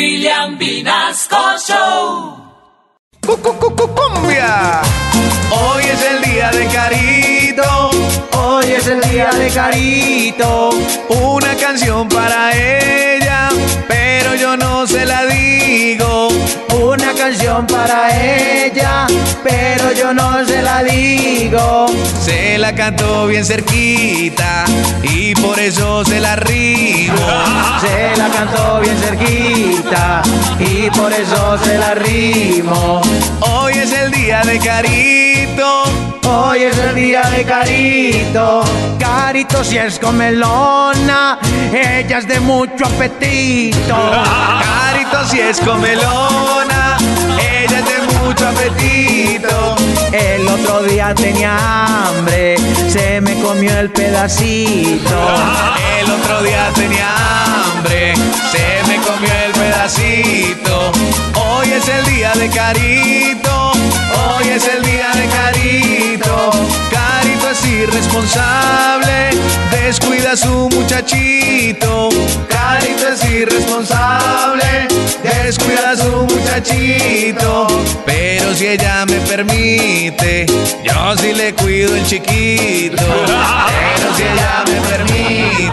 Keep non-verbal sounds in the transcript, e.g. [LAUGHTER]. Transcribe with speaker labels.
Speaker 1: William Vinasco Show.
Speaker 2: ¡Cumbia! Hoy es el día de Carito. Hoy es el día de Carito. Una canción para ella, pero yo no se la digo. Una canción para ella, pero yo no se la digo. Se la cantó bien cerquita y por eso se la rigo. Se la cantó bien cerquita y por eso se la rimo. Hoy es el día de Carito. Hoy es el día de Carito. Carito si es comelona, ella es de mucho [LAUGHS] apetito. Carito si es comelona, ella es de mucho apetito. El otro día tenía hambre, se me comió el pedacito. El otro día tenía hambre, se me comió el pedacito. Hoy es el día de Carito, hoy es el día de Carito. Carito es irresponsable, descuida a su muchachito. Carito es irresponsable, descuida a su muchachito. Pero si ella me permite, yo sí le cuido el chiquito. Pero si ella me permite.